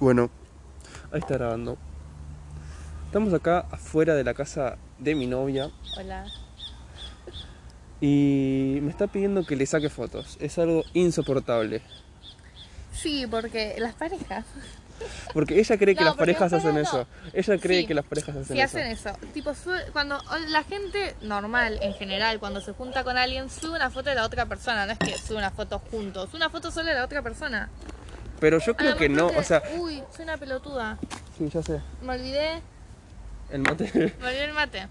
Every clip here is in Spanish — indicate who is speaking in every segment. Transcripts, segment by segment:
Speaker 1: Bueno, ahí está grabando. Estamos acá afuera de la casa de mi novia
Speaker 2: Hola.
Speaker 1: y me está pidiendo que le saque fotos. Es algo insoportable.
Speaker 2: Sí, porque las parejas.
Speaker 1: Porque ella cree que
Speaker 2: No,
Speaker 1: las
Speaker 2: porque
Speaker 1: parejas hacen
Speaker 2: afuera
Speaker 1: eso.
Speaker 2: no.
Speaker 1: Ella cree
Speaker 2: Sí.
Speaker 1: que las parejas hacen
Speaker 2: Si
Speaker 1: eso.
Speaker 2: hacen eso. Tipo, sube- cuando la gente normal, en general, cuando se junta con alguien, sube una foto de la otra persona. No es que sube una foto juntos, sube una foto solo de la otra persona.
Speaker 1: Pero yo
Speaker 2: A
Speaker 1: creo
Speaker 2: lo
Speaker 1: que no,
Speaker 2: mejor
Speaker 1: o
Speaker 2: te-
Speaker 1: sea,
Speaker 2: Uy, soy una pelotuda.
Speaker 1: sí, ya sé.
Speaker 2: Me olvidé,
Speaker 1: El mate.
Speaker 2: me olvidé el mate.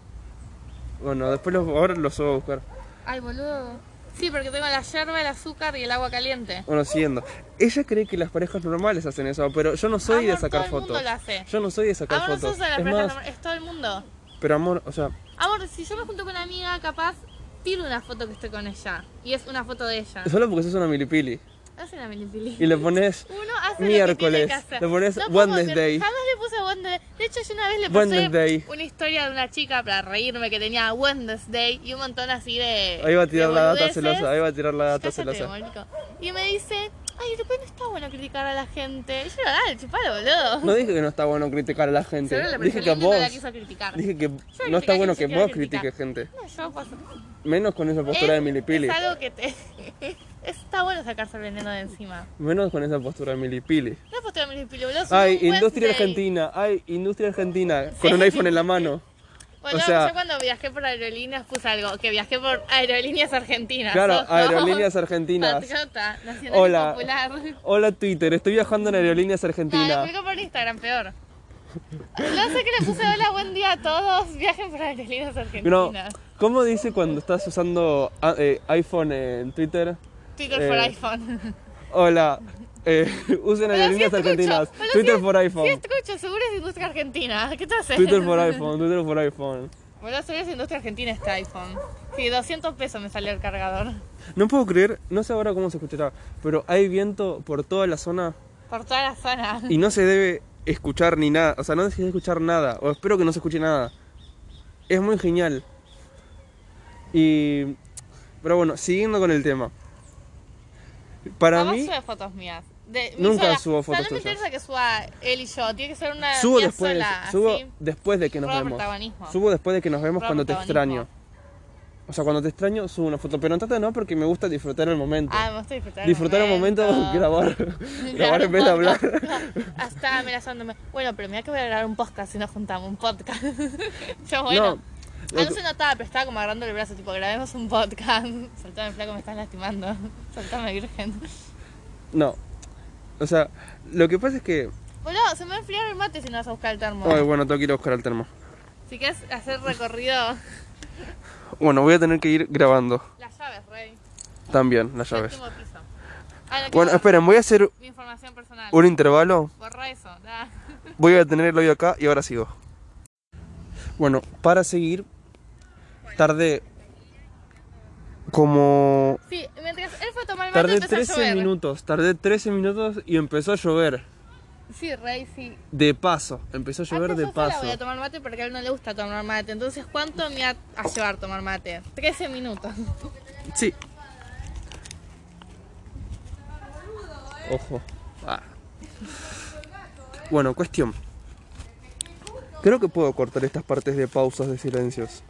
Speaker 1: bueno, después los, ahora los subo a buscar.
Speaker 2: Ay, boludo. Sí, porque tengo la yerba, el azúcar y el agua caliente.
Speaker 1: Bueno, siguiendo. Ella cree que las parejas normales hacen eso, pero yo no soy de
Speaker 2: Amor,
Speaker 1: sacar
Speaker 2: todo el mundo
Speaker 1: fotos.
Speaker 2: lo hace.
Speaker 1: Yo no soy de sacar
Speaker 2: Amor, no
Speaker 1: fotos.
Speaker 2: sos de
Speaker 1: es
Speaker 2: la pareja
Speaker 1: más,
Speaker 2: normal, es todo el mundo.
Speaker 1: pero amor, o sea,
Speaker 2: Amor, si yo me junto con una amiga, capaz tiro una foto que estoy con ella. Y es una foto de ella.
Speaker 1: solo porque sos una milipili
Speaker 2: Es una minipili.
Speaker 1: y le pones
Speaker 2: Uno hace lo que tiene
Speaker 1: Miércoles.
Speaker 2: que hacer.
Speaker 1: Le pones
Speaker 2: puedo creer-
Speaker 1: Wednesday.
Speaker 2: Jamás le puse Wednesday. De hecho, yo una vez le
Speaker 1: Wednesday.
Speaker 2: puse una historia de una chica para reírme que tenía Wednesday y un montón así de.
Speaker 1: Ahí va a tirar
Speaker 2: de
Speaker 1: la data
Speaker 2: boludeces.
Speaker 1: celosa, ahí va a tirar la data
Speaker 2: Cállate,
Speaker 1: celosa.
Speaker 2: boludo. Y me dice, ay, después no está bueno criticar a la gente. Y yo, dale, chupalo, boludo.
Speaker 1: No dije que no está bueno criticar a la gente.
Speaker 2: Seguro la
Speaker 1: Dije que
Speaker 2: persona
Speaker 1: a
Speaker 2: linda
Speaker 1: vos.
Speaker 2: no la quiso criticar.
Speaker 1: Dije que
Speaker 2: critiqué
Speaker 1: no está
Speaker 2: a
Speaker 1: bueno
Speaker 2: quien
Speaker 1: que
Speaker 2: yo quiero
Speaker 1: vos
Speaker 2: criticar.
Speaker 1: critiques gente.
Speaker 2: No, yo paso.
Speaker 1: Menos con esa postura de
Speaker 2: Es-
Speaker 1: milipili.
Speaker 2: Es algo que te. Está bueno sacarse el veneno de encima.
Speaker 1: Menos con esa postura de milipili.
Speaker 2: No postura milipili, boludo. sube
Speaker 1: Ay,
Speaker 2: un
Speaker 1: industria
Speaker 2: Wednesday.
Speaker 1: argentina. Ay, industria argentina. Con un iPhone en la mano.
Speaker 2: Bueno,
Speaker 1: O sea-
Speaker 2: yo cuando viajé por aerolíneas puse algo, que viajé por aerolíneas argentinas.
Speaker 1: Claro,
Speaker 2: Ojo.
Speaker 1: aerolíneas argentinas.
Speaker 2: Patriota, nacional
Speaker 1: Hola.
Speaker 2: y popular.
Speaker 1: Hola Twitter, estoy viajando en aerolíneas
Speaker 2: No, lo
Speaker 1: argentinas.
Speaker 2: publico por Instagram, peor. No sé qué le puse hola, buen día a todos, viajen por aerolíneas
Speaker 1: No,
Speaker 2: argentinas.
Speaker 1: ¿Cómo dice cuando estás usando ah, eh, iPhone en Twitter?
Speaker 2: Twitter
Speaker 1: eh,
Speaker 2: por iPhone.
Speaker 1: Hola, eh, usen
Speaker 2: Pero sí
Speaker 1: aerolíneas
Speaker 2: escucho,
Speaker 1: argentinas.
Speaker 2: pero sí
Speaker 1: Twitter
Speaker 2: es-
Speaker 1: por
Speaker 2: Sí,
Speaker 1: iPhone.
Speaker 2: escucho, seguro es industria argentina. ¿Qué te haces?
Speaker 1: Twitter por iPhone, Twitter por iPhone.
Speaker 2: Bueno, seguro es industria argentina este iPhone. Sí, 200 pesos me salió el cargador.
Speaker 1: No puedo creer, no sé ahora cómo se escuchará, pero hay viento por toda la zona
Speaker 2: Por toda la zona.
Speaker 1: y no se debe escuchar ni nada. O sea, no dejes de escuchar nada, o espero que no se escuche nada. Es muy genial. Y. Pero bueno, siguiendo con el tema. Para
Speaker 2: Jamás
Speaker 1: mí.
Speaker 2: sube fotos mías. De- mi
Speaker 1: Nunca
Speaker 2: sola.
Speaker 1: subo
Speaker 2: O sea,
Speaker 1: fotos
Speaker 2: no me
Speaker 1: tuyas.
Speaker 2: interesa que suba él y yo. Tiene que ser una
Speaker 1: Subo
Speaker 2: mía
Speaker 1: después,
Speaker 2: sola.
Speaker 1: subo
Speaker 2: así.
Speaker 1: después de que nos
Speaker 2: Robo
Speaker 1: vemos.
Speaker 2: protagonismo.
Speaker 1: Subo después de que nos vemos
Speaker 2: Robo
Speaker 1: cuando te
Speaker 2: protagonismo.
Speaker 1: extraño. O sea, cuando te extraño subo una foto, pero en tanto no porque me gusta disfrutar el momento.
Speaker 2: Ah, me gusta disfrutar. el
Speaker 1: disfrutar el momento, grabar, grabar en vez de
Speaker 2: un
Speaker 1: hablar.
Speaker 2: podcast. No, hasta amenazándome. Bueno, pero mira que voy a grabar un podcast si nos juntamos. Un podcast. yo, bueno.
Speaker 1: No.
Speaker 2: Ah, no se notaba, pero estaba como agarrando el brazo. Tipo, grabemos un podcast. Soltame, flaco, me estás lastimando. Soltame, virgen.
Speaker 1: No. O sea, lo que pasa es que
Speaker 2: Bueno, se me va a enfriar el mate si no vas a buscar el termo.
Speaker 1: Ay, bueno, tengo que ir a buscar el termo.
Speaker 2: Si quieres hacer recorrido,
Speaker 1: Bueno, voy a tener que ir grabando
Speaker 2: las llaves, rey.
Speaker 1: también las llaves.
Speaker 2: Séptimo piso. Ah, no,
Speaker 1: Bueno,
Speaker 2: quiero-
Speaker 1: esperen, voy a hacer
Speaker 2: Mi información personal.
Speaker 1: un intervalo.
Speaker 2: Borra eso. da.
Speaker 1: Voy a detener el hoyo acá y ahora sigo. Bueno, para seguir, tardé como...
Speaker 2: Sí, mientras él fue a tomar el mate
Speaker 1: Tardé
Speaker 2: empezó a
Speaker 1: 13
Speaker 2: llover.
Speaker 1: minutos, tardé 13 minutos y empezó a llover.
Speaker 2: Sí, Rey, sí.
Speaker 1: De paso, empezó a llover
Speaker 2: Antes
Speaker 1: de
Speaker 2: yo sola
Speaker 1: paso.
Speaker 2: voy a tomar mate porque a él no le gusta tomar mate. Entonces, ¿cuánto me va a llevar tomar mate? 13 minutos.
Speaker 1: Sí. Ojo. Ah. Bueno, cuestión. Creo que puedo cortar estas partes de pausas, de silencios.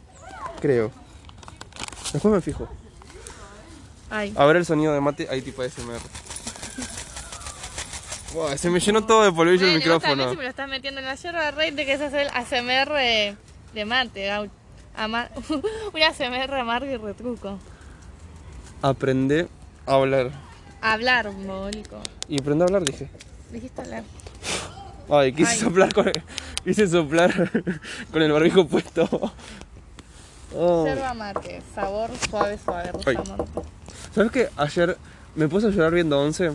Speaker 1: Creo. Después me fijo.
Speaker 2: Ay.
Speaker 1: A ver el sonido de mate. Ahí tipo ASMR. Wow, se me llenó todo de polvillo el
Speaker 2: Bueno, y vos también,
Speaker 1: micrófono.
Speaker 2: Si me lo estás metiendo en la yerba, Rey, de que es hacer el ASMR de- de mate. gau- amar- un ASMR amargo y retruco.
Speaker 1: Aprende a hablar.
Speaker 2: Hablar, bólico.
Speaker 1: Y aprende a hablar, dije.
Speaker 2: Dijiste hablar.
Speaker 1: Ay, quise
Speaker 2: Ay.
Speaker 1: soplar con el, quise soplar con el barbijo puesto. Oh.
Speaker 2: Yerba mate. Sabor suave, suave.
Speaker 1: Ay.
Speaker 2: rosamante.
Speaker 1: ¿Sabes que ayer me puse a llorar viendo 11?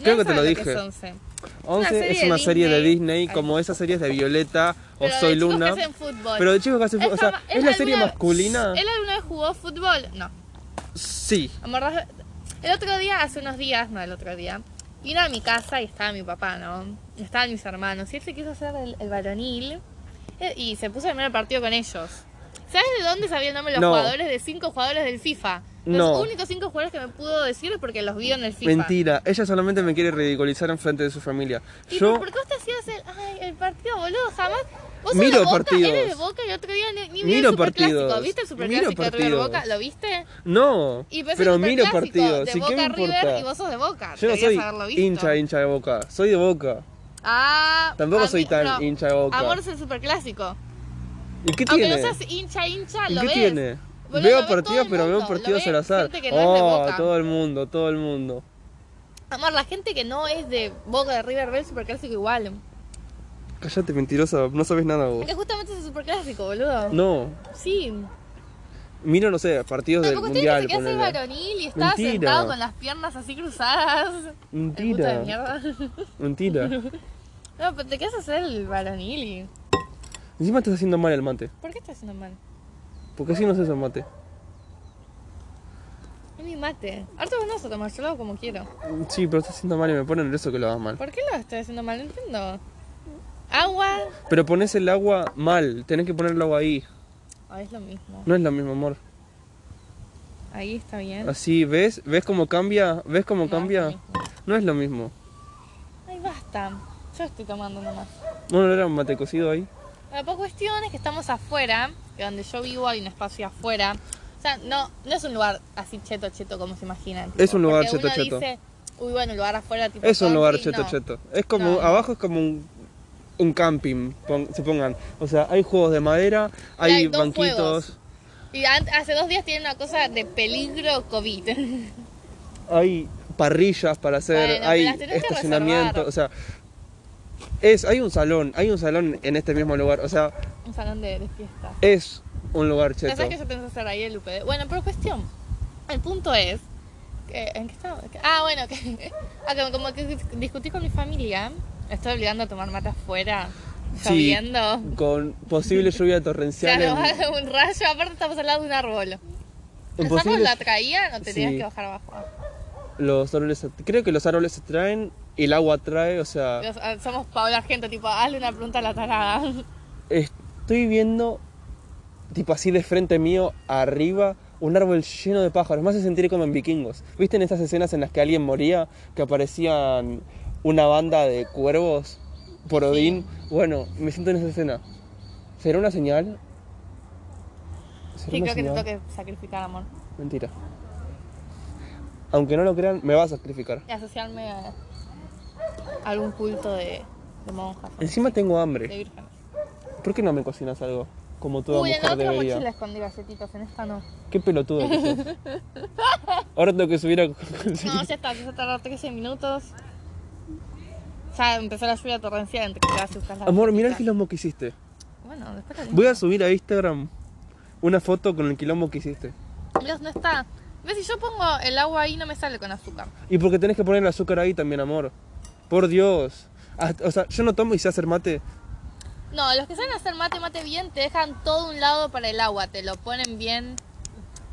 Speaker 1: Creo que te lo
Speaker 2: sabe
Speaker 1: dije.
Speaker 2: es once.
Speaker 1: 11 es
Speaker 2: serie
Speaker 1: una
Speaker 2: de
Speaker 1: serie de
Speaker 2: Disney.
Speaker 1: Disney,
Speaker 2: Ay.
Speaker 1: como esas series de Violeta o
Speaker 2: Pero de
Speaker 1: Soy
Speaker 2: chicos
Speaker 1: Luna.
Speaker 2: que hacen fútbol.
Speaker 1: Pero de chicos que hacen
Speaker 2: Es
Speaker 1: fútbol. Este O sea,
Speaker 2: fama-
Speaker 1: ¿es la serie
Speaker 2: alguna-
Speaker 1: masculina?
Speaker 2: ¿Él alguna vez jugó fútbol? No.
Speaker 1: Sí.
Speaker 2: Amor, el otro día, hace unos días, no el otro día, vino a mi casa y estaba mi papá, ¿no? Y estaban mis hermanos. Y él se quiso hacer el, el varonil eh, y se puso a mirar el partido con ellos. ¿Sabes de dónde sabía el nombre de los
Speaker 1: No.
Speaker 2: jugadores? De cinco jugadores del FIFA.
Speaker 1: No.
Speaker 2: Los únicos cinco jugadores que me pudo decir es porque los vio en el FIFA.
Speaker 1: Mentira, ella solamente me quiere ridiculizar en frente de su familia.
Speaker 2: Tipo,
Speaker 1: Yo,
Speaker 2: ¿por qué usted hacías el, ay, el partido, boludo? Jamás. Vos sos
Speaker 1: Miro
Speaker 2: de Boca,
Speaker 1: partidos.
Speaker 2: eres de Boca y el otro día ni, ni vi
Speaker 1: Miro
Speaker 2: el superclásico.
Speaker 1: partidos.
Speaker 2: ¿Viste el
Speaker 1: Miro
Speaker 2: superclásico de River
Speaker 1: partidos.
Speaker 2: Boca? ¿Lo viste?
Speaker 1: no,
Speaker 2: Y pues pensé
Speaker 1: pero
Speaker 2: el
Speaker 1: miro
Speaker 2: superclásico
Speaker 1: partidos.
Speaker 2: de
Speaker 1: ¿Y
Speaker 2: Boca
Speaker 1: qué me
Speaker 2: River y
Speaker 1: importa?
Speaker 2: vos sos de Boca.
Speaker 1: Yo no
Speaker 2: Deberías
Speaker 1: soy
Speaker 2: haberlo visto.
Speaker 1: hincha, hincha de boca. Soy de boca.
Speaker 2: Ah,
Speaker 1: Tampoco
Speaker 2: a
Speaker 1: soy tan hincha de Boca.
Speaker 2: Amor es el superclásico.
Speaker 1: ¿Y qué
Speaker 2: Aunque
Speaker 1: tiene?
Speaker 2: no seas hincha, hincha,
Speaker 1: ¿Y
Speaker 2: lo
Speaker 1: qué
Speaker 2: ves.
Speaker 1: tiene? veo
Speaker 2: Boludo, lo ve todo
Speaker 1: partidos,
Speaker 2: el
Speaker 1: pero
Speaker 2: mundo,
Speaker 1: veo
Speaker 2: lo
Speaker 1: partidos
Speaker 2: ve
Speaker 1: al azar.
Speaker 2: gente que no es de
Speaker 1: oh,
Speaker 2: Boca.
Speaker 1: todo el mundo, todo el mundo.
Speaker 2: Amor, la gente que no es de Boca de River ve el superclásico igual.
Speaker 1: Cállate, mentirosa, no sabes nada vos.
Speaker 2: Porque justamente es el superclásico, boludo.
Speaker 1: No,
Speaker 2: Sí.
Speaker 1: miro, no sé, partidos
Speaker 2: No,
Speaker 1: del
Speaker 2: porque usted dice
Speaker 1: mundial.
Speaker 2: que hace
Speaker 1: ponele.
Speaker 2: varonil y estaba
Speaker 1: Mentira.
Speaker 2: sentado con las piernas así cruzadas. El puto de
Speaker 1: Mentira,
Speaker 2: mierda.
Speaker 1: mentira.
Speaker 2: No, pero te quedas a hacer el varonil y...
Speaker 1: Encima estás haciendo mal el mate.
Speaker 2: ¿Por qué estás haciendo mal?
Speaker 1: Porque así no se hace mate.
Speaker 2: Es mi mate. Harto vos no vas a tomar, yo lo hago como quiero.
Speaker 1: Sí, pero estás haciendo mal y me ponen eso que lo hagas mal.
Speaker 2: ¿Por qué lo estoy haciendo mal? No entiendo. Agua.
Speaker 1: Pero pones el agua mal, tenés que poner el agua ahí.
Speaker 2: Ah, es lo mismo.
Speaker 1: No es lo mismo, amor.
Speaker 2: Ahí está bien.
Speaker 1: Así, ¿ves? ¿Ves cómo cambia? ¿Ves cómo
Speaker 2: No, es
Speaker 1: cambia?
Speaker 2: lo
Speaker 1: No es lo mismo.
Speaker 2: Ay, basta. Yo estoy tomando nomás.
Speaker 1: Bueno, era un mate cocido ahí.
Speaker 2: La cuestión es que estamos afuera, que donde yo vivo hay un espacio afuera. O sea, no, no es un lugar así cheto cheto como se imaginan. tipo,
Speaker 1: Es un lugar
Speaker 2: porque uno
Speaker 1: cheto, cheto.
Speaker 2: dice, uy, bueno, lugar afuera tipo.
Speaker 1: Es un lugar
Speaker 2: country",
Speaker 1: cheto
Speaker 2: no.
Speaker 1: cheto. Es como,
Speaker 2: No.
Speaker 1: abajo es como un, un camping, pon- se pongan. O sea, hay juegos de madera, hay,
Speaker 2: hay dos
Speaker 1: banquitos.
Speaker 2: juegos. Y an- hace dos días tienen una cosa de peligro COVID.
Speaker 1: hay parrillas para hacer,
Speaker 2: Bueno, pero
Speaker 1: hay
Speaker 2: las tenés que
Speaker 1: estacionamiento,
Speaker 2: reservar.
Speaker 1: o sea, es hay un salón, hay un salón en este mismo lugar, o sea,
Speaker 2: un salón de, de fiesta.
Speaker 1: es un lugar
Speaker 2: Ya
Speaker 1: cheto.
Speaker 2: sabes que yo pensé hacer ahí el UPD. Bueno, pero cuestión. El punto es. que- ¿En qué estaba? Ah, bueno, que. ah, como- como que discutí con mi familia. Estoy obligando a tomar mate afuera.
Speaker 1: Sí,
Speaker 2: Lloviendo.
Speaker 1: con posible lluvia
Speaker 2: Ya
Speaker 1: torrencial.
Speaker 2: nos
Speaker 1: en-
Speaker 2: va un rayo. Aparte, estamos al lado de un árbol.
Speaker 1: en
Speaker 2: Los árboles
Speaker 1: posibles-
Speaker 2: la traían o te tenías
Speaker 1: Sí.
Speaker 2: que bajar abajo.
Speaker 1: los árboles, se- creo que los árboles se traen, el agua trae, o sea,
Speaker 2: Los- ah, somos Paola Argento, tipo, hazle una pregunta a la tarada.
Speaker 1: estoy viendo tipo así de frente mío arriba un árbol lleno de pájaros, me hace sentir como en vikingos. ¿Viste en esas escenas en las que alguien moría que aparecían una banda de cuervos por Odín? Bueno, me siento en esa escena. ¿Será una señal? ¿Será
Speaker 2: Sí,
Speaker 1: una
Speaker 2: creo que te
Speaker 1: señal?
Speaker 2: toque sacrificar, amor.
Speaker 1: Mentira. Aunque no lo crean, me va a sacrificar.
Speaker 2: Y asociarme a algún culto de, de monjas. o
Speaker 1: Encima tengo
Speaker 2: De
Speaker 1: hambre.
Speaker 2: vírgenes.
Speaker 1: ¿Por qué no me cocinas algo? Como toda
Speaker 2: Uy, en la
Speaker 1: mujer
Speaker 2: otra
Speaker 1: debería.
Speaker 2: mochila escondí galletitas, en esta no.
Speaker 1: Qué pelotudo que sos. Ahora tengo que subir a
Speaker 2: No, ya está, ya tardaron 13 minutos. Ya empezó la lluvia torrencial entre que te vas y buscas la
Speaker 1: Amor, mira el
Speaker 2: galletitas.
Speaker 1: quilombo que hiciste.
Speaker 2: Bueno, después lo
Speaker 1: Voy a subir a Instagram una foto con el quilombo que hiciste.
Speaker 2: Dios, no está. ¿Ves? Si yo pongo el agua ahí, no me sale con azúcar.
Speaker 1: Y porque tenés que poner el azúcar ahí también, amor. Por Dios. Hasta- O sea, yo no tomo y sé hacer mate.
Speaker 2: No, los que saben hacer mate, mate bien, te dejan todo un lado para el agua. Te lo ponen bien.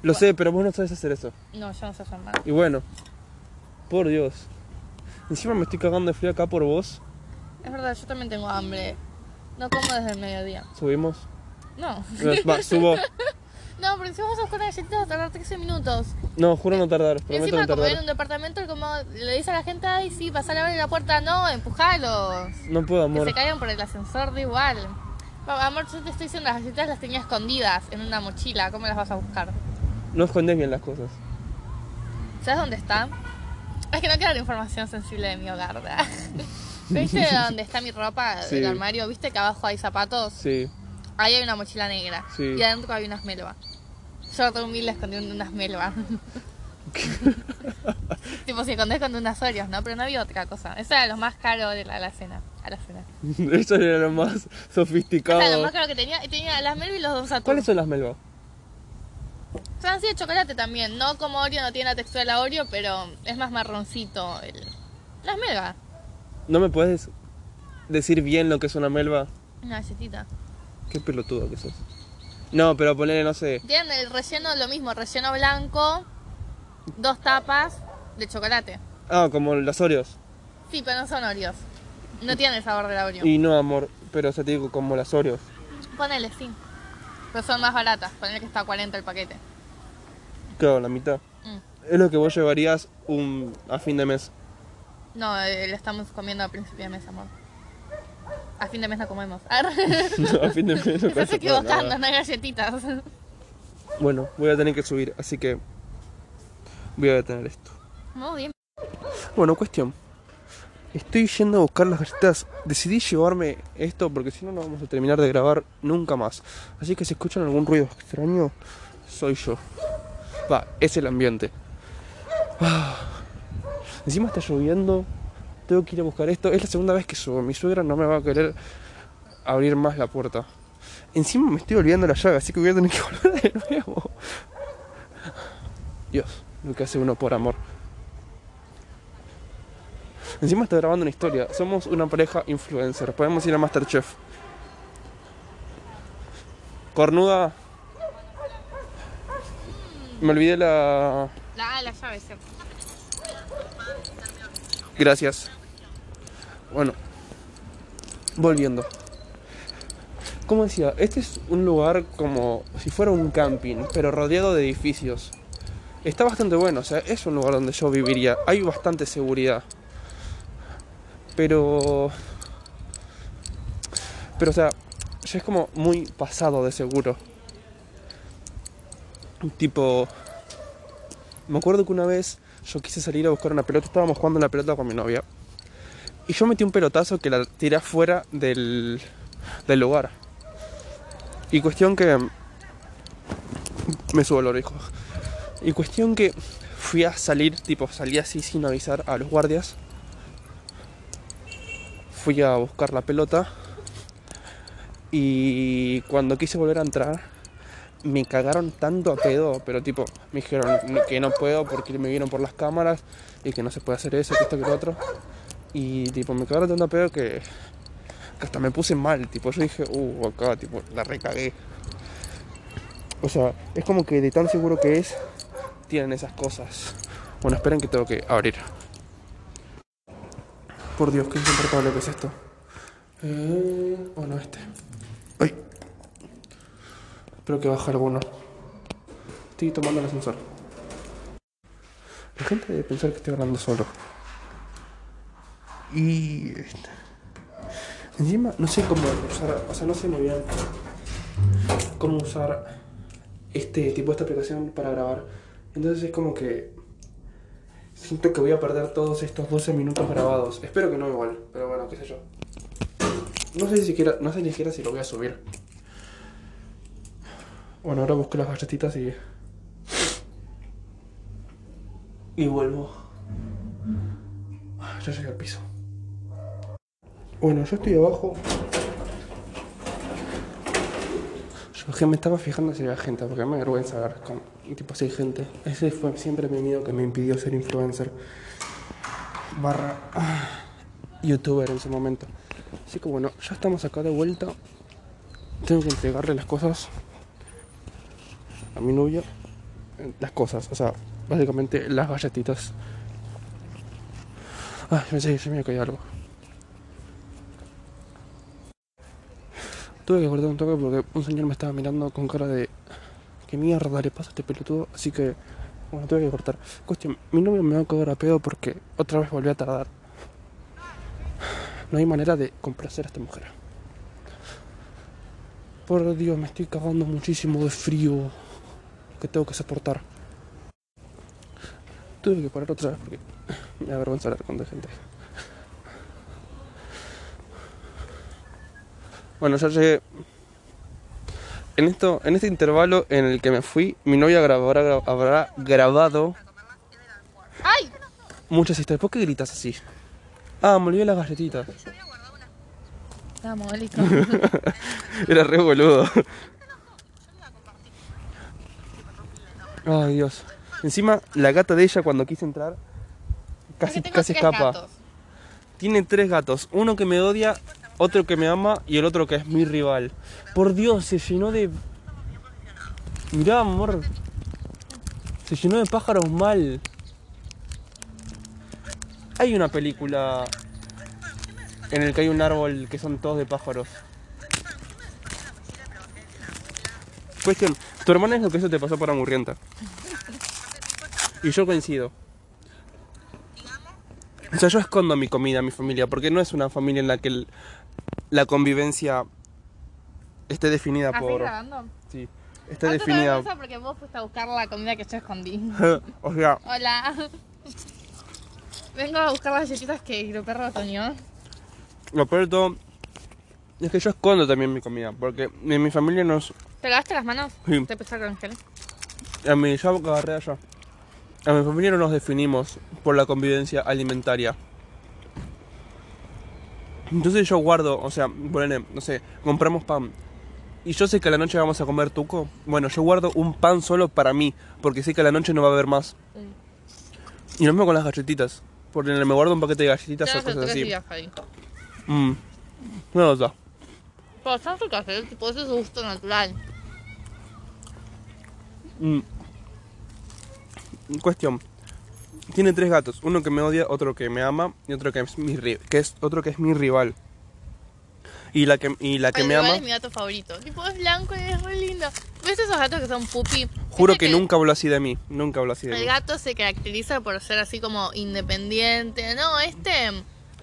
Speaker 1: Lo sé, pero vos no sabes hacer eso.
Speaker 2: No, yo no sé hacer mate.
Speaker 1: Y bueno. Por Dios. Encima me estoy cagando de frío acá por vos.
Speaker 2: Es verdad, yo también tengo hambre. No como desde el mediodía.
Speaker 1: Subimos.
Speaker 2: No.
Speaker 1: Va, subo.
Speaker 2: No, porque si vamos a buscar una galletita va a tardar 13 minutos.
Speaker 1: No, juro no tardar.
Speaker 2: Y
Speaker 1: Prometo
Speaker 2: encima
Speaker 1: no
Speaker 2: como en
Speaker 1: tardar.
Speaker 2: un departamento él como le dice a la gente, ay sí, pasar a abrir la puerta, no, empujalos.
Speaker 1: No puedo,
Speaker 2: Que
Speaker 1: amor.
Speaker 2: se caigan por el ascensor de igual. Va- Amor, yo te estoy diciendo, las galletas las tenía escondidas en una mochila, ¿cómo las vas a buscar?
Speaker 1: No escondes bien las cosas.
Speaker 2: ¿Sabes dónde está? Es que no queda la información sensible de mi hogar, ¿verdad? ¿Viste dónde está mi ropa
Speaker 1: Sí.
Speaker 2: del armario? ¿Viste que abajo hay zapatos?
Speaker 1: Sí.
Speaker 2: Ahí hay una mochila negra.
Speaker 1: Sí.
Speaker 2: Y adentro hay unas melvas. Yo re humilde escondí un- unas melvas. tipo, si escondés con unas Oreos, ¿no? Pero no había otra cosa. Eso era lo más caro de la, la cena. A la cena.
Speaker 1: Eso era lo más
Speaker 2: Eso era lo
Speaker 1: sofisticado.
Speaker 2: más caro que tenía. Y tenía las melvas y los dos Saturn.
Speaker 1: ¿Cuáles son las melvas?
Speaker 2: Son así de chocolate también. No como Oreo, no tiene la textura de la Oreo, pero es más marroncito. el- Las melvas.
Speaker 1: ¿No me puedes decir bien lo que es una melva?
Speaker 2: Una galletita.
Speaker 1: Qué pelotudo que sos. No, pero ponele, no sé.
Speaker 2: Tienen el relleno lo mismo. Relleno blanco. Dos tapas de chocolate.
Speaker 1: Ah, como los Oreos.
Speaker 2: Sí, pero no son Oreos. No tienen el sabor del Oreo.
Speaker 1: Y no, amor, pero o sea, te digo como las Oreos.
Speaker 2: Ponele, sí. Pero son más baratas. Ponele que está a 40 el paquete.
Speaker 1: Claro, la mitad.
Speaker 2: Mm.
Speaker 1: Es lo que vos llevarías un, a fin de mes.
Speaker 2: No, eh, lo estamos comiendo a principio de mes, amor. A fin de mes no comemos.
Speaker 1: a fin de mes. no
Speaker 2: Estás
Speaker 1: pasa nada.
Speaker 2: equivocando, no hay galletitas.
Speaker 1: Bueno, voy a tener que subir, así que voy a detener esto.
Speaker 2: Muy bien.
Speaker 1: Bueno, cuestión. Estoy yendo a buscar las galletas. Decidí llevarme esto porque si no, no vamos a terminar de grabar nunca más. Así que si escuchan algún ruido extraño, soy yo. Va, es el ambiente. Ah. Encima está lloviendo. Tengo que ir a buscar esto. Es la segunda vez que subo. Mi suegra no me va a querer abrir más la puerta. Encima me estoy olvidando la llave, así que voy a tener que volver de nuevo. Dios, lo que hace uno por amor. Encima está grabando una historia. Somos una pareja influencer. Podemos ir a Masterchef. Cornuda. Me olvidé la.
Speaker 2: La, la llave, sí.
Speaker 1: Gracias. Bueno, volviendo. Como decía, este es un lugar como si fuera un camping, pero rodeado de edificios. Está bastante bueno, o sea, es un lugar donde yo viviría. Hay bastante seguridad. Pero... Pero, o sea, ya es como muy pasado de seguro. Tipo, me acuerdo que una vez yo quise salir a buscar una pelota, estábamos jugando a la pelota con mi novia. Y yo metí un pelotazo que la tiré afuera del, del lugar. Y cuestión que. Me subo el orejo. Y cuestión que fui a salir, tipo, salí así sin avisar a los guardias. Fui a buscar la pelota. Y cuando quise volver a entrar, me cagaron tanto a pedo, pero tipo, me dijeron que no puedo porque me vieron por las cámaras y que no se puede hacer eso, que esto, que lo otro. Y tipo, me cagaron tanto a pedo que, que hasta me puse mal, tipo, yo dije, uh, acá, tipo, la recagué. O sea, es como que de tan seguro que es, tienen esas cosas. Bueno, esperen que tengo que abrir. Por Dios, qué insoportable que es esto. Eh, bueno, este. Ay, Espero que baje alguno. Estoy tomando el ascensor. La gente debe pensar que estoy hablando solo. Y. este, Encima, no sé cómo usar. O sea, no sé muy bien cómo usar este tipo, esta aplicación para grabar. Entonces es como que. Siento que voy a perder todos estos 12 minutos grabados. Espero que no igual, pero bueno, qué sé yo. No sé, ni siquiera, no sé ni siquiera si lo voy a subir. Bueno, ahora busco las galletitas y. Y vuelvo. Ah, Ya llegué al piso. Bueno, yo estoy abajo. Yo que me estaba fijando si había gente, porque me da vergüenza ver con, tipo si hay gente. Ese fue siempre mi miedo que me impidió ser influencer. Barra ah, youtuber en su momento. Así que bueno, ya estamos acá de vuelta. Tengo que entregarle las cosas a mi novia eh, las cosas, o sea, básicamente las galletitas. Ah, pensé que se me había caído algo. Tuve que cortar un toque porque un señor me estaba mirando con cara de. ¿Qué mierda le pasa a este pelotudo? Así que. Bueno, tuve que cortar. Cuestión, mi novia me va a cagar a pedo porque otra vez volví a tardar. No hay manera de complacer a esta mujer. Por Dios, me estoy cagando muchísimo de frío que tengo que soportar. Tuve que parar otra vez porque me da vergüenza hablar con la gente. Bueno, ya llegué. En, esto, en este intervalo en el que me fui, mi novia grabará- gra- habrá grabado
Speaker 2: ¡Ay!
Speaker 1: muchas historias. ¿Por qué gritas así? Ah, me olvidé las galletitas.
Speaker 2: Vamos, listo.
Speaker 1: Era re boludo. Ay, Dios. Encima, la gata de ella, cuando quise entrar, casi, casi escapa. Tiene tres gatos. Uno que me odia, otro que me ama y el otro que es mi rival. Por Dios, se llenó de... Mirá, amor. Se llenó de pájaros mal. Hay una película en el que hay un árbol que son todos de pájaros. Cuestión, tu hermana es lo que eso te pasó para murrienta. Y yo coincido. O sea, yo escondo mi comida a mi familia, porque no es una familia en la que el- la convivencia esté definida
Speaker 2: ¿Así
Speaker 1: por...
Speaker 2: grabando?
Speaker 1: Sí, esté
Speaker 2: Ah, tú también
Speaker 1: definida...
Speaker 2: pensás porque vos fuiste a buscar la comida que yo escondí.
Speaker 1: o sea,
Speaker 2: Hola. Vengo a buscar las galletitas que el perro Toñó.
Speaker 1: lo peor de todo es que yo escondo también mi comida, porque en mi familia nos...
Speaker 2: ¿Te lavaste las manos?
Speaker 1: Sí.
Speaker 2: ¿Te pesa con gel?
Speaker 1: A mi, yo agarré allá. A mi familia no nos definimos por la convivencia alimentaria. Entonces yo guardo, o sea, ponele, no sé, compramos pan. Y yo sé que a la noche vamos a comer tuco. Bueno, yo guardo un pan solo para mí, porque sé que a la noche no va a haber más. Y lo mismo con las galletitas. Porque me guardo un paquete de
Speaker 2: Yo
Speaker 1: galletitas
Speaker 2: no
Speaker 1: o
Speaker 2: sé tú
Speaker 1: cosas
Speaker 2: qué
Speaker 1: así.
Speaker 2: hacías ahí.
Speaker 1: Mm. No, no, no.
Speaker 2: Pero son ricas, ¿eh? tipo, ese es su gusto natural.
Speaker 1: Mm. Cuestión. Tiene tres gatos, uno que me odia, otro que me ama y otro que es mi ri- que es otro que es mi rival. Y la que y la que
Speaker 2: El
Speaker 1: me
Speaker 2: rival
Speaker 1: ama,
Speaker 2: es mi gato favorito. Tipo, es blanco y es re lindo. ¿Ves esos gatos que son pupi?
Speaker 1: juro
Speaker 2: Viste
Speaker 1: que nunca habló así de mí, nunca habló así de
Speaker 2: El
Speaker 1: mí.
Speaker 2: gato se caracteriza por ser así como independiente. No, este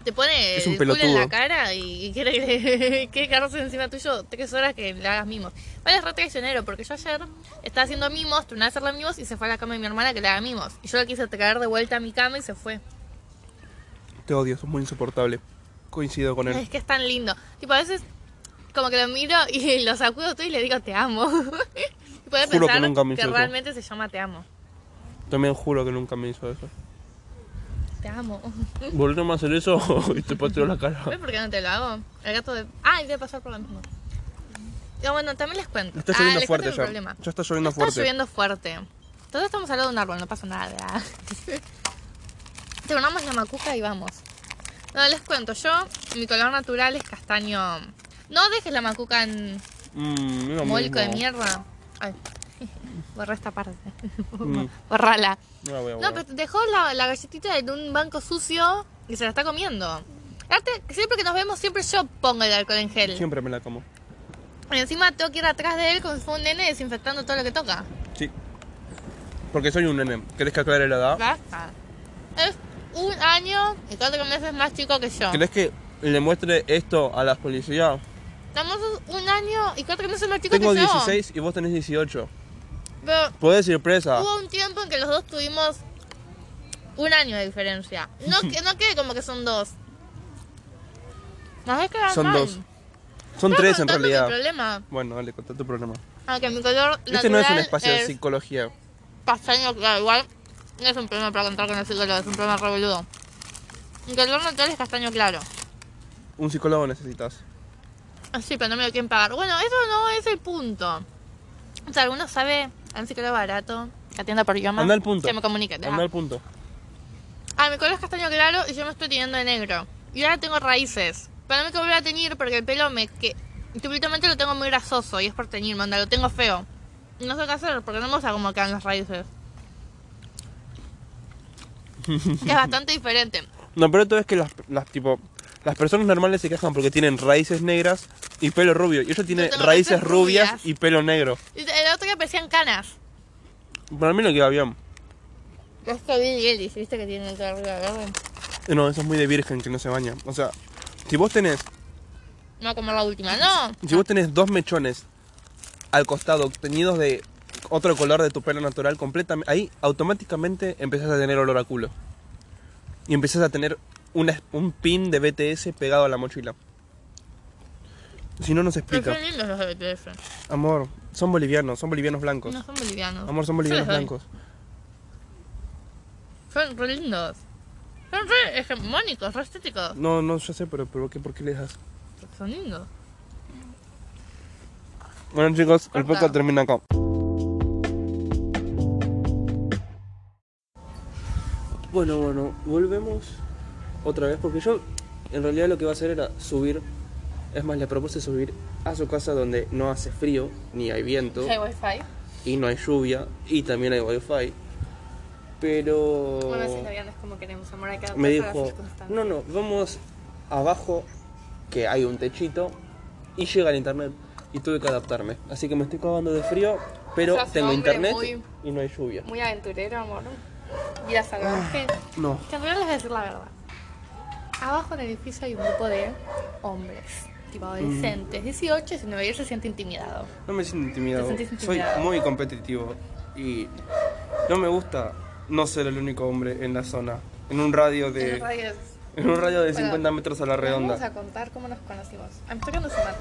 Speaker 2: te pone
Speaker 1: Es un
Speaker 2: el culo en
Speaker 1: pelotudo.
Speaker 2: la cara y, y quiere que- que cargarse encima tuyo tres horas que le hagas mimos. Vale, es re traicionero porque yo ayer estaba haciendo mimos, terminé de hacerle mimos y se fue a la cama de mi hermana que le haga mimos. Y yo lo quise traer de vuelta a mi cama y se fue.
Speaker 1: Te odio, sos muy insoportable. Coincido con él.
Speaker 2: Es que es tan lindo. Tipo, a veces como que lo miro y lo sacudo tú y le digo te amo. y puede
Speaker 1: Juro que
Speaker 2: pensar
Speaker 1: nunca me
Speaker 2: que
Speaker 1: hizo eso.
Speaker 2: realmente se llama te amo.
Speaker 1: También juro que nunca me hizo eso.
Speaker 2: Te amo.
Speaker 1: Volvemos a hacer eso y te pateo la cara.
Speaker 2: ¿Ves por qué no te lo hago? El gato de. Ah, y debe pasar por lo mismo. Ya, bueno, también les cuento.
Speaker 1: Está
Speaker 2: ah,
Speaker 1: lloviendo
Speaker 2: les
Speaker 1: fuerte
Speaker 2: cuento mi
Speaker 1: ya.
Speaker 2: problema.
Speaker 1: Ya está lloviendo
Speaker 2: Está
Speaker 1: fuerte.
Speaker 2: lloviendo fuerte. Entonces estamos al lado de un árbol, no pasa nada. Tornamos la macuca y vamos. No, les cuento, yo, mi color natural es castaño. No dejes la macuca en
Speaker 1: Mm, es lo
Speaker 2: molco de
Speaker 1: mismo.
Speaker 2: mierda. Ay, borra esta parte.
Speaker 1: Mm.
Speaker 2: Borrala.
Speaker 1: No la voy a
Speaker 2: No,
Speaker 1: borrar.
Speaker 2: pero dejó la, la galletita en un banco sucio y se la está comiendo. Aparte, siempre que nos vemos, siempre yo pongo el alcohol en gel.
Speaker 1: Siempre me la como.
Speaker 2: Y encima tengo que ir atrás de él como si fuera un nene desinfectando todo lo que toca.
Speaker 1: Sí. Porque soy un nene. ¿Querés que aclare la edad?
Speaker 2: Basta. Es un año y cuatro meses más chico que yo.
Speaker 1: ¿Querés que le muestre esto a las policías?
Speaker 2: Estamos un año y cuatro meses más chico
Speaker 1: Tengo
Speaker 2: que yo.
Speaker 1: 16 y vos tenés 18.
Speaker 2: Pero
Speaker 1: Podés ir presa.
Speaker 2: hubo un tiempo en que los dos tuvimos un año de diferencia. No que no quede como que son dos. Nos ves quedar
Speaker 1: Son
Speaker 2: mal.
Speaker 1: dos. Son
Speaker 2: Estaba
Speaker 1: tres en
Speaker 2: contando mi
Speaker 1: realidad.
Speaker 2: problema.
Speaker 1: Bueno, dale, contá tu problema.
Speaker 2: Aunque mi color
Speaker 1: este no es un
Speaker 2: natural
Speaker 1: espacio de
Speaker 2: es
Speaker 1: psicología.
Speaker 2: castaño claro, igual no es un problema para contar con el psicólogo, es un problema re boludo. Mi color natural es castaño claro.
Speaker 1: Un psicólogo necesitas.
Speaker 2: Ah, Sí, pero no me lo quieren pagar. Bueno, eso no es el punto. O sea, alguno sabe a un psicólogo barato que atienda por idioma.
Speaker 1: Anda al punto.
Speaker 2: Que me comunique. Ah.
Speaker 1: Anda al punto.
Speaker 2: Ah, mi color es castaño claro y yo me estoy teniendo de negro. Y ahora tengo raíces. Pero no me volver a teñir porque el pelo me que Últimamente lo tengo muy grasoso y es por teñirme, onda, lo tengo feo. Y No sé qué hacer porque no me gusta cómo quedan las raíces. es bastante diferente.
Speaker 1: No, pero todo es que las, las, tipo, las personas normales se quejan porque tienen raíces negras y pelo rubio. Y ella tiene
Speaker 2: Yo tengo
Speaker 1: raíces
Speaker 2: raíces
Speaker 1: rubias,
Speaker 2: rubias.
Speaker 1: y pelo negro.
Speaker 2: Y El otro que parecían canas.
Speaker 1: Para mí no queda bien.
Speaker 2: Es que Billy Eilish, ¿viste que tiene el cabello verde?
Speaker 1: Eh, No, eso es muy de virgen que no se baña. O sea, si vos tenés
Speaker 2: No, como la última, no.
Speaker 1: Si vos tenés dos mechones al costado teñidos de otro color de tu pelo natural completamente, ahí automáticamente empezás a tener olor a culo. Y empezás a tener una- un pin de BTS pegado a la mochila. Si no nos
Speaker 2: Pero
Speaker 1: explica.
Speaker 2: son lindos los de BTF.
Speaker 1: Amor, son bolivianos, son bolivianos blancos.
Speaker 2: No son bolivianos.
Speaker 1: Amor, son bolivianos
Speaker 2: Yo les doy.
Speaker 1: blancos.
Speaker 2: Son re lindos. Son re hegemónicos, re estéticos.
Speaker 1: No, no, yo sé, pero, pero ¿qué, ¿por qué les das?
Speaker 2: Porque son lindos.
Speaker 1: Bueno chicos, el
Speaker 2: Corta.
Speaker 1: podcast termina acá. Bueno, bueno, volvemos otra vez porque yo en realidad lo que iba a hacer era subir, es más, le propuse subir a su casa donde no hace frío, ni hay viento,
Speaker 2: Hay wifi.
Speaker 1: y no hay lluvia, y también hay wifi, pero
Speaker 3: Bueno, si la vida no es como queremos, amor, hay que adaptarse
Speaker 1: me
Speaker 3: a las
Speaker 1: dijo,
Speaker 3: circunstancias.
Speaker 1: no, no, vamos abajo, que hay un techito, y llega el internet, y tuve que adaptarme. Así que me estoy cagando de frío, pero
Speaker 3: Sos
Speaker 1: tengo
Speaker 3: hombre
Speaker 1: internet
Speaker 3: muy-
Speaker 1: y no hay lluvia.
Speaker 3: Muy aventurero, amor.
Speaker 2: Y la
Speaker 1: Ah.
Speaker 2: salvaje.
Speaker 1: No.
Speaker 2: Te voy a decir la verdad. Abajo en el edificio hay un grupo de hombres,
Speaker 1: Mm.
Speaker 2: tipo adolescentes, 18, 19, y él se siente intimidado.
Speaker 1: No me siento intimidado.
Speaker 2: Te sentís
Speaker 1: Soy
Speaker 2: intimidado.
Speaker 1: muy competitivo y no me gusta no ser el único hombre en la zona. En un radio
Speaker 2: En los
Speaker 1: de,
Speaker 2: radios.
Speaker 1: en un radio de
Speaker 2: Bueno,
Speaker 1: 50 metros a la
Speaker 2: Vamos
Speaker 1: redonda.
Speaker 2: a contar cómo nos conocimos. Ah, A mí estoy quedando sin mate.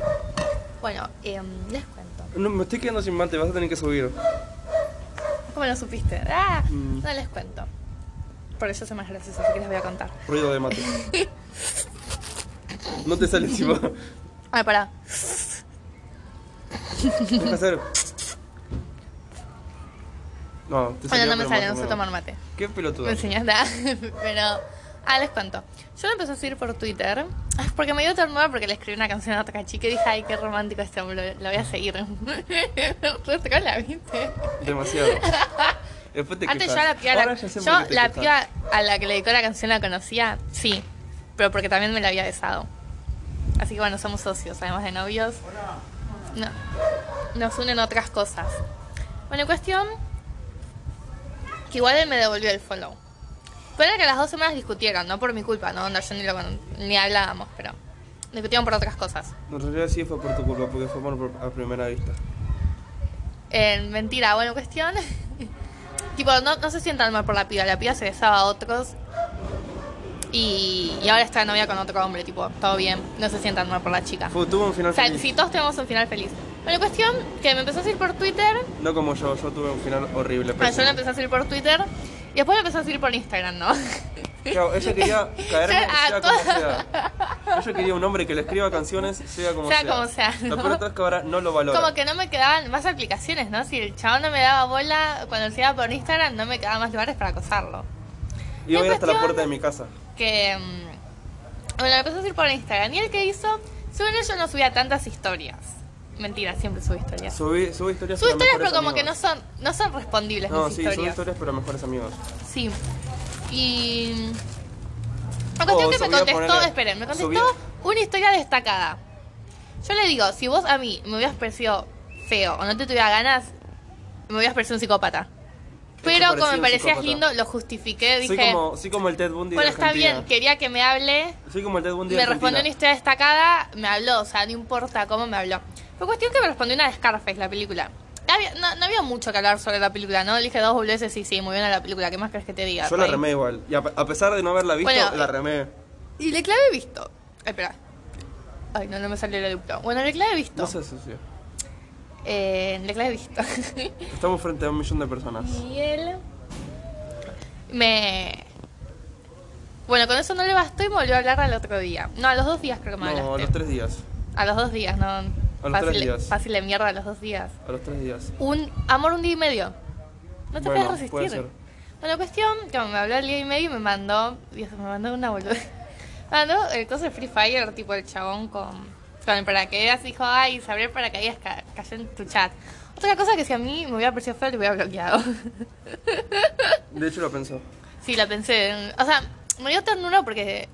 Speaker 2: Bueno, em, les cuento.
Speaker 1: No, me estoy quedando sin mate, vas a tener que subir.
Speaker 2: ¿Cómo lo supiste? Ah,
Speaker 1: Mm.
Speaker 2: no les cuento. Por eso soy más graciosa, así que les voy a contar.
Speaker 1: Ruido de mate. No te sale encima.
Speaker 2: Ay, pará.
Speaker 1: Deja de hacer. No, te
Speaker 2: Bueno,
Speaker 1: salió,
Speaker 2: no
Speaker 1: pero más
Speaker 2: me sale, Pues no
Speaker 1: o
Speaker 2: sé
Speaker 1: menos.
Speaker 2: tomar mate.
Speaker 1: Qué pelotudo.
Speaker 2: Me enseñaste. Pero. Ah, les cuento. Yo lo empecé a seguir por Twitter. ah, Porque me dio ternura porque le escribí una canción a Takachi que dije, ay, qué romántico este hombre, lo voy a seguir. Re trola, viste?
Speaker 1: Demasiado. Después te
Speaker 2: Antes yo a
Speaker 1: quejas.
Speaker 2: la piba, a la-
Speaker 1: Ahora ya sé por
Speaker 2: yo
Speaker 1: qué te
Speaker 2: la
Speaker 1: quejas.
Speaker 2: piba a la que le dedicó la canción la conocía, sí, pero porque también me la había besado. Así que bueno, somos socios, además de novios. No, nos unen otras cosas. Bueno, cuestión que igual él me devolvió el follow. Fue que las dos semanas discutieron, no por mi culpa, no, Onda, yo ni, lo con- ni hablábamos, pero discutían por otras cosas.
Speaker 1: En realidad sí fue por tu culpa, porque fue amor por- a primera vista.
Speaker 2: Eh, mentira, bueno, cuestión. tipo, no, no se sientan mal por la piba. La piba se besaba a otros. Y, y ahora está de novia con otro hombre, tipo, todo bien. No se sientan mal por la chica.
Speaker 1: Fue, tuvo un final
Speaker 2: Ah. O sea,
Speaker 1: feliz.
Speaker 2: si todos tenemos un final feliz. Bueno, cuestión que me empezó a seguir por Twitter.
Speaker 1: No como yo, yo tuve un final horrible.
Speaker 2: Bueno, Ah, yo
Speaker 1: pésimo.
Speaker 2: la empecé a seguir por Twitter. Y después me empezó a seguir por Instagram, ¿no?
Speaker 1: Claro, ella quería caerme,
Speaker 2: Yo- a
Speaker 1: sea como sea. Ella quería un hombre que le escriba canciones, sea como
Speaker 2: Sea
Speaker 1: sea.
Speaker 2: como sea, ¿no?
Speaker 1: Lo peor de todo es que ahora no lo valora.
Speaker 2: Como que no me quedaban más aplicaciones, ¿no? Si el chabón no me daba bola cuando se iba por Instagram, no me quedaban más lugares para acosarlo.
Speaker 1: Y voy a ir hasta la
Speaker 2: cuestión-
Speaker 1: puerta de mi casa.
Speaker 2: que mm, bueno, empezó a decir por Instagram y el que hizo, según yo no subía tantas historias. Mentira, siempre subo historias.
Speaker 1: Subí, subí historias
Speaker 2: Subo
Speaker 1: para
Speaker 2: historias, pero
Speaker 1: mejores
Speaker 2: como que no
Speaker 1: amigos.
Speaker 2: son, no son respondibles
Speaker 1: No,
Speaker 2: mis
Speaker 1: sí, subí
Speaker 2: historias.
Speaker 1: historias pero mejores amigos.
Speaker 2: Sí. Y la cuestión
Speaker 1: Oh,
Speaker 2: que me
Speaker 1: subía,
Speaker 2: contestó,
Speaker 1: ponele-
Speaker 2: esperen, me contestó
Speaker 1: subía.
Speaker 2: una historia destacada. Yo le digo, si vos a mí me hubieras parecido feo o no te tuviera ganas, me hubieras parecido un psicópata. Pero como
Speaker 1: parecía
Speaker 2: me
Speaker 1: un
Speaker 2: parecías
Speaker 1: psicópata.
Speaker 2: lindo, lo justifiqué, dije,
Speaker 1: Soy como, soy como el Ted Bundy
Speaker 2: bueno,
Speaker 1: de
Speaker 2: está
Speaker 1: Argentina.
Speaker 2: bien, quería que me hable,
Speaker 1: Soy como el Ted Bundy
Speaker 2: me
Speaker 1: de Argentina.
Speaker 2: respondió este una historia destacada, me habló, o sea, no importa cómo me habló. Fue cuestión que me respondió una de Scarface, la película. Había- no, no había mucho que hablar sobre la película, ¿no? Le dije dos veces, sí, sí, muy bien a la película, ¿qué más crees que te diga?
Speaker 1: Yo la
Speaker 2: Rey?
Speaker 1: remé igual. Y a, a pesar de no haberla visto,
Speaker 2: pues. Bueno,
Speaker 1: la remé.
Speaker 2: Y le clave visto. Ay, espera. Ay, no, no me salió el eructo. Bueno, le clave visto.
Speaker 1: No sé si sí.
Speaker 2: Eh, le clave visto.
Speaker 1: Estamos frente a un millón de personas.
Speaker 2: y él... Me... Bueno, con eso no le bastó y me volvió a hablar al otro día. No, a los dos días creo que me
Speaker 1: No, a
Speaker 2: hablaste.
Speaker 1: los tres días.
Speaker 2: A los dos días, ¿no? A
Speaker 1: los
Speaker 2: fácil,
Speaker 1: tres días.
Speaker 2: Fácil de mierda a los dos días.
Speaker 1: A los tres días.
Speaker 2: Un amor un día y medio. No te
Speaker 1: Bueno,
Speaker 2: puedes resistir.
Speaker 1: puede ser.
Speaker 2: Bueno, cuestión, que me habló el día y medio y me mandó, Dios, me mandó una boluda. Me mandó el coso de Free Fire, tipo el chabón con, con el paracaídas, dijo, ay, sabré el paracaídas ca- cayó en tu chat. Otra cosa que si a mí me hubiera parecido feo, le hubiera bloqueado.
Speaker 1: De hecho, lo pensó.
Speaker 2: sí, la pensé. O sea, me dio ternura porque,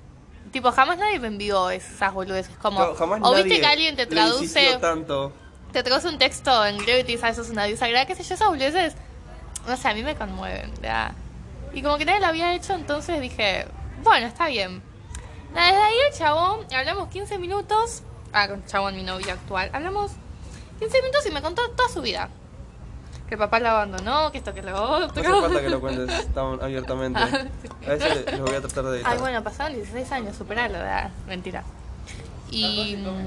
Speaker 2: tipo, jamás nadie me envió esas boludeces. Como,
Speaker 1: No, jamás
Speaker 2: o viste
Speaker 1: nadie
Speaker 2: que alguien te
Speaker 1: le
Speaker 2: traduce
Speaker 1: insistió tanto.
Speaker 2: te traes un texto en griego y te dice, "Ah, sos una diosa griega, qué sé yo, esas boludeces, no sé, a mí me conmueven, ya. Y como que nadie lo había hecho, entonces dije, bueno, está bien. Nada, Desde ahí el chabón, hablamos 15 minutos, ah, con el chabón, mi novia actual, hablamos 15 minutos y me contó toda su vida. Que el papá la abandonó, que esto, que lo
Speaker 1: No
Speaker 2: otro.
Speaker 1: hace falta que lo cuentes tan abiertamente. A veces les voy a tratar de editar.
Speaker 2: Ah, Ay, bueno, pasaron 16 años, superarlo, da, mentira. Y. mm,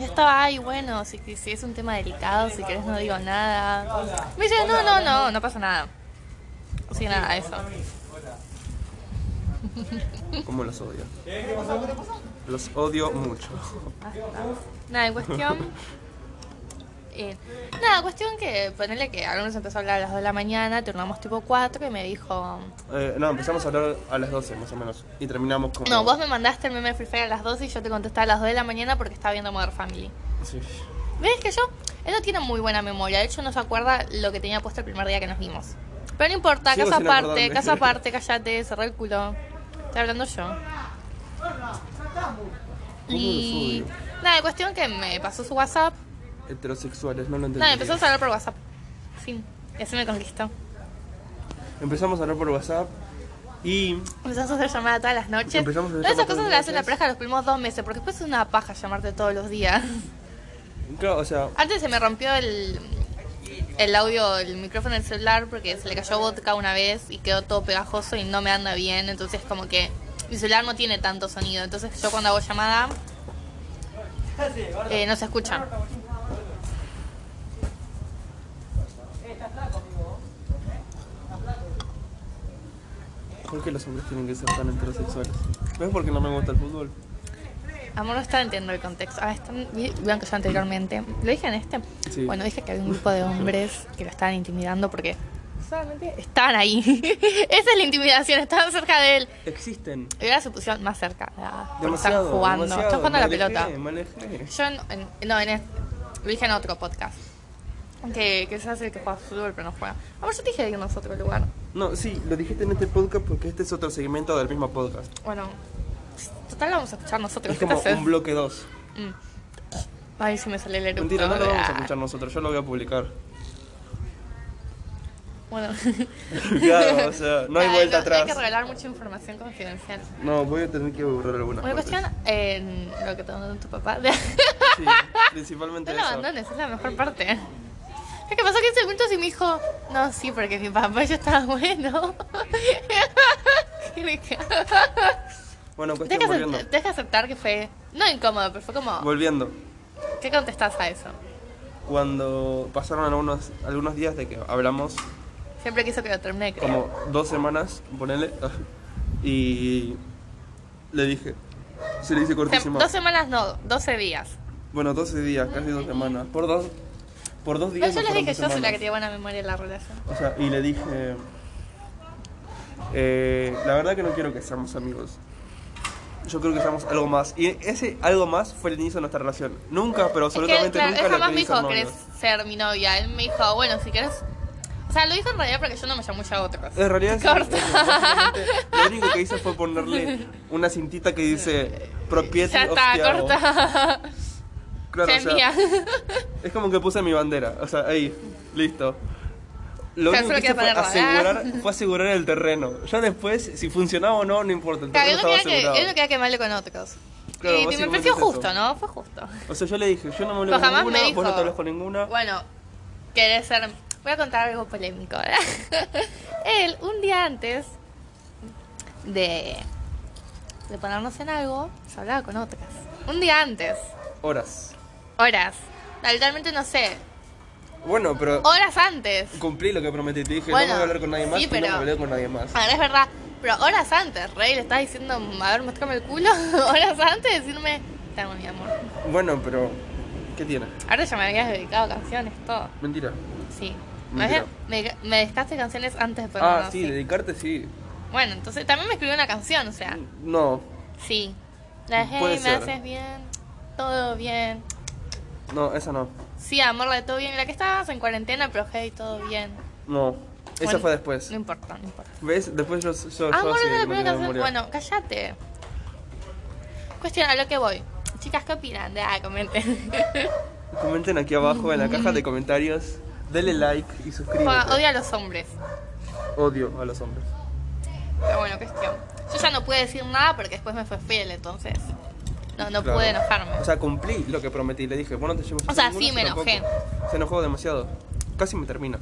Speaker 2: Yo estaba, ay, bueno, si, si es un tema delicado, si querés no digo nada. Me dice, no, no, no, no pasa nada. Así que nada, eso.
Speaker 1: ¿Cómo los odio? Los odio mucho.
Speaker 2: Nada, en cuestión. eh, nada, cuestión que ponerle que algunos empezó a hablar a las 2 de la mañana, terminamos tipo 4 y me dijo.
Speaker 1: Eh, no, empezamos a hablar a las 12 más o menos. Y terminamos como.
Speaker 2: No, vos me mandaste el meme de Free Fire a las 12 y yo te contesté a las 2 de la mañana porque estaba viendo Mother Family.
Speaker 1: Sí.
Speaker 2: ¿Ves que yo? Él no tiene muy buena memoria. De hecho, no se acuerda lo que tenía puesto el primer día que nos vimos. Pero no importa,
Speaker 1: Sigo
Speaker 2: casa
Speaker 1: sin
Speaker 2: aparte,
Speaker 1: acordarme.
Speaker 2: casa aparte, cállate, cerrá el culo. Estoy hablando yo. Y.
Speaker 1: ¿Cómo los
Speaker 2: Nada, cuestión que me pasó su WhatsApp.
Speaker 1: Heterosexuales, no lo entendí.
Speaker 2: Nada, empezó a hablar por WhatsApp. Fin. Y así me conquistó.
Speaker 1: Empezamos a hablar por WhatsApp y
Speaker 2: Empezamos a hacer llamadas todas las noches.
Speaker 1: Empezamos a hacer
Speaker 2: Todas esas
Speaker 1: llamadas todas
Speaker 2: cosas
Speaker 1: las
Speaker 2: las hacen la
Speaker 1: noches.
Speaker 2: pareja los primeros dos meses, porque después es una paja llamarte todos los días.
Speaker 1: claro, o sea,
Speaker 2: Antes se me rompió el, el audio, el micrófono del celular, porque se le cayó vodka una vez y quedó todo pegajoso y no me anda bien. Entonces, como que mi celular no tiene tanto sonido. Entonces, yo cuando hago llamada, eh, no se escucha.
Speaker 1: ¿por qué los hombres tienen que ser tan heterosexuales? ¿Ves por qué no me gusta el fútbol?
Speaker 2: Amor no está entendiendo el contexto. Ah, están vean que yo anteriormente. ¿Lo dije en este?
Speaker 1: Sí.
Speaker 2: Bueno, dije que había un grupo de hombres que lo estaban intimidando porque solamente estaban ahí. Esa es la intimidación, estaban cerca de él.
Speaker 1: Existen.
Speaker 2: Y ahora se pusieron más cerca. ah, porque
Speaker 1: Demasiado.
Speaker 2: están jugando.
Speaker 1: demasiado.
Speaker 2: Están jugando a la
Speaker 1: Me alejé,
Speaker 2: pelota.
Speaker 1: me alejé.
Speaker 2: Yo en, en- no, en este, lo dije en otro podcast. Que, que se hace el que juega fútbol, pero no juega. Amor, yo te dije de irnos a otro lugar.
Speaker 1: No, sí, lo dijiste en este podcast porque este es otro segmento del mismo podcast.
Speaker 2: Bueno, total lo vamos a escuchar nosotros.
Speaker 1: Es
Speaker 2: ¿Qué te
Speaker 1: como
Speaker 2: haces?
Speaker 1: un bloque 2.
Speaker 2: Mm. Ay, se me sale el eructo.
Speaker 1: Mentira, no lo vamos a
Speaker 2: Ah.
Speaker 1: escuchar nosotros, yo lo voy a publicar.
Speaker 2: Bueno.
Speaker 1: Claro, o sea, no hay
Speaker 2: Ah,
Speaker 1: vuelta
Speaker 2: Hay que
Speaker 1: atrás.
Speaker 2: revelar mucha información confidencial.
Speaker 1: No, voy a tener que borrar algunas
Speaker 2: Una
Speaker 1: partes.
Speaker 2: cuestión en lo que te mandó tu papá. No
Speaker 1: Sí, principalmente
Speaker 2: lo
Speaker 1: eso.
Speaker 2: abandones, es la mejor parte. Es que pasó 15 minutos y me dijo, no, sí, porque mi papá ya estaba bueno. Tienes que
Speaker 1: Bueno, cuestión volviendo.
Speaker 2: acept- tenés que aceptar que fue, no incómodo, pero fue como,
Speaker 1: Volviendo.
Speaker 2: ¿qué contestás a eso?
Speaker 1: Cuando pasaron algunos, algunos días de que hablamos,
Speaker 2: Siempre quiso que lo termine de creer.
Speaker 1: como dos semanas, ponele, y le dije, se le hice
Speaker 2: O sea,
Speaker 1: cortísimo.
Speaker 2: dos semanas no, 12 días.
Speaker 1: Bueno, 12 días, casi dos semanas. Por dos, por dos
Speaker 2: Pero
Speaker 1: días.
Speaker 2: yo
Speaker 1: no
Speaker 2: les
Speaker 1: fueron
Speaker 2: dije,
Speaker 1: dos
Speaker 2: yo soy la
Speaker 1: semanas.
Speaker 2: que tiene buena memoria en la relación.
Speaker 1: O sea, y le dije, eh, la verdad que no quiero que seamos amigos. Yo creo que seamos algo más. Y ese algo más fue el inicio de nuestra relación. Nunca, pero absolutamente
Speaker 2: es que, claro,
Speaker 1: nunca.
Speaker 2: él
Speaker 1: la
Speaker 2: jamás me
Speaker 1: querí ser
Speaker 2: dijo
Speaker 1: novio.
Speaker 2: querés ser mi novia. Él me dijo, bueno, si querés. O sea, lo dijo en realidad porque yo no me llamo ya otra cosa.
Speaker 1: En realidad, sí,
Speaker 2: Corta.
Speaker 1: básicamente, lo único que hice fue ponerle una cintita que dice propiety
Speaker 2: Ya
Speaker 1: of
Speaker 2: está,
Speaker 1: Thiago.
Speaker 2: corta.
Speaker 1: Claro,
Speaker 2: Ya
Speaker 1: o
Speaker 2: es
Speaker 1: sea,
Speaker 2: mía.
Speaker 1: es como que puse mi bandera. O sea, ahí, listo. Lo
Speaker 2: Ya
Speaker 1: único
Speaker 2: solo
Speaker 1: que hice
Speaker 2: queda ¿eh?
Speaker 1: fue
Speaker 2: ponerla,
Speaker 1: asegurar, fue asegurar el terreno. Ya después, si funcionaba o no, no importa. El
Speaker 2: Claro,
Speaker 1: terreno
Speaker 2: él no
Speaker 1: estaba
Speaker 2: quería que,
Speaker 1: asegurado.
Speaker 2: él no quería quemarle con otros.
Speaker 1: Claro,
Speaker 2: y me
Speaker 1: básicamente
Speaker 2: pareció
Speaker 1: es eso.
Speaker 2: justo, ¿no? Fue justo.
Speaker 1: O sea, yo le dije, yo no me hablo
Speaker 2: Pero
Speaker 1: con
Speaker 2: Pues jamás me
Speaker 1: ninguna,
Speaker 2: dijo-
Speaker 1: vos no te hablas con ninguna.
Speaker 2: Bueno, querés ser. Voy a contar algo polémico. ¿verdad? Él, un día antes de, de ponernos en algo, se hablaba con otras. Un día antes,
Speaker 1: Horas.
Speaker 2: horas. Literalmente no sé,
Speaker 1: Bueno, pero
Speaker 2: horas antes.
Speaker 1: cumplí lo que prometí. Te dije,
Speaker 2: Bueno,
Speaker 1: no voy a hablar con nadie más
Speaker 2: sí,
Speaker 1: y
Speaker 2: pero- Ah.
Speaker 1: no me hablé con nadie más.
Speaker 2: Ahora es verdad, pero horas antes, Rey, le estás diciendo, a ver, mostrame el culo. horas antes de decirme, te amo, mi amor.
Speaker 1: Bueno, pero... ¿Qué tiene?
Speaker 2: Ahora ya me habías dedicado canciones, todo.
Speaker 1: Mentira.
Speaker 2: Sí. Me,
Speaker 1: Mentira.
Speaker 2: habías- me, me dedicaste canciones antes de
Speaker 1: Ah,
Speaker 2: ponernos.
Speaker 1: sí, dedicarte sí.
Speaker 2: Bueno, entonces también me escribió una canción, o sea,
Speaker 1: No,
Speaker 2: sí. La dejé
Speaker 1: Puede
Speaker 2: me
Speaker 1: ser.
Speaker 2: haces bien, todo bien.
Speaker 1: no, esa no.
Speaker 2: Sí, amor, la de todo bien. La que estabas en cuarentena, pero hey, todo bien.
Speaker 1: No, esa
Speaker 2: Bueno,
Speaker 1: fue después.
Speaker 2: No importa, no importa.
Speaker 1: ¿Ves? Después yo, yo, yo
Speaker 2: Amor,
Speaker 1: así
Speaker 2: no la
Speaker 1: no tengo
Speaker 2: primera canción.
Speaker 1: memoria.
Speaker 2: Bueno, cállate. Cuestión, a lo que voy. Chicas, ¿qué opinan? Ah, comenten.
Speaker 1: Comenten aquí abajo en la caja de comentarios. Dele like y suscríbete.
Speaker 2: Joda, Odio a los hombres.
Speaker 1: Odio a los hombres.
Speaker 2: Pero bueno, cuestión. Yo ya no pude decir nada porque después me fue fiel, entonces. No, no
Speaker 1: Claro.
Speaker 2: pude enojarme.
Speaker 1: O sea, cumplí lo que prometí. Le dije, bueno, te llevo
Speaker 2: O sea, sí, me enojé.
Speaker 1: Se enojó demasiado. Casi me termina.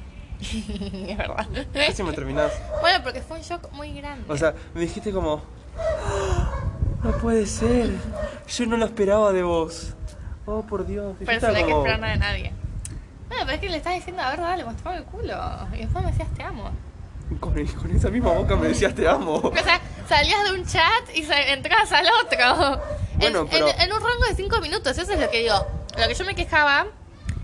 Speaker 2: es verdad.
Speaker 1: Casi me terminás.
Speaker 2: Bueno, porque fue un shock muy grande.
Speaker 1: O sea, me dijiste como. "Ah, No puede ser. Yo no lo esperaba de vos. Oh, por Dios. Y yo
Speaker 2: pero eso
Speaker 1: estaba
Speaker 2: no hay que
Speaker 1: como-
Speaker 2: esperar nada de nadie. Bueno, pero es que le estás diciendo, a ver, dale, mostrame el culo. Y después me decías, te amo.
Speaker 1: con, con esa misma boca me decías te amo.
Speaker 2: O sea, salías de un chat y sa- entrabas al otro. En-
Speaker 1: Bueno,
Speaker 2: en,
Speaker 1: pero-
Speaker 2: en, un rango de 5 minutos, eso es lo que digo. Lo que yo me quejaba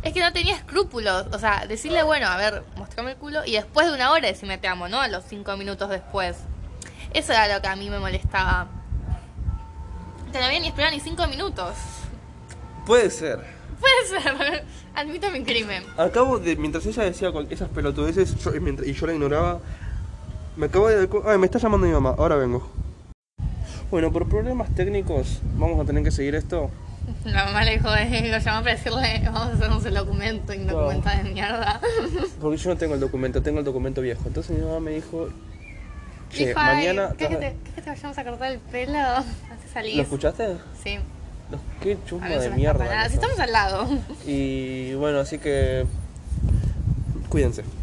Speaker 2: es que no tenía escrúpulos. O sea, decirle, bueno, a ver, mostrame el culo y después de una hora decirme te amo, ¿no? A los 5 minutos después. Eso era lo que a mí me molestaba. Te lo había ni esperado ni 5 minutos.
Speaker 1: Puede ser.
Speaker 2: Puede ser. Admito mi crimen.
Speaker 1: Acabo de, mientras ella decía con esas pelotudeces yo- y, mientras- y yo la ignoraba, me acabo de... dar cu- Ay, me está llamando mi mamá, ahora vengo. Bueno, por problemas técnicos vamos a tener que seguir esto
Speaker 2: La mamá le dijo, eh, lo llamó para decirle, vamos a hacernos el documento, indocumentada de mierda.
Speaker 1: Porque yo no tengo el documento, tengo el documento viejo. Entonces mi mamá me dijo, che,
Speaker 2: dijo, "Ay,
Speaker 1: mañana...
Speaker 2: ¿crees que,
Speaker 1: tarde-
Speaker 2: te, crees que te vayamos a cortar el pelo? Antes salís.
Speaker 1: ¿Lo escuchaste?
Speaker 2: Sí.
Speaker 1: Los- Qué chumba
Speaker 2: A ver,
Speaker 1: de
Speaker 2: se me escapa
Speaker 1: mierda.
Speaker 2: nada.
Speaker 1: que
Speaker 2: Si
Speaker 1: sos.
Speaker 2: estamos al lado.
Speaker 1: Y bueno, así que... Cuídense.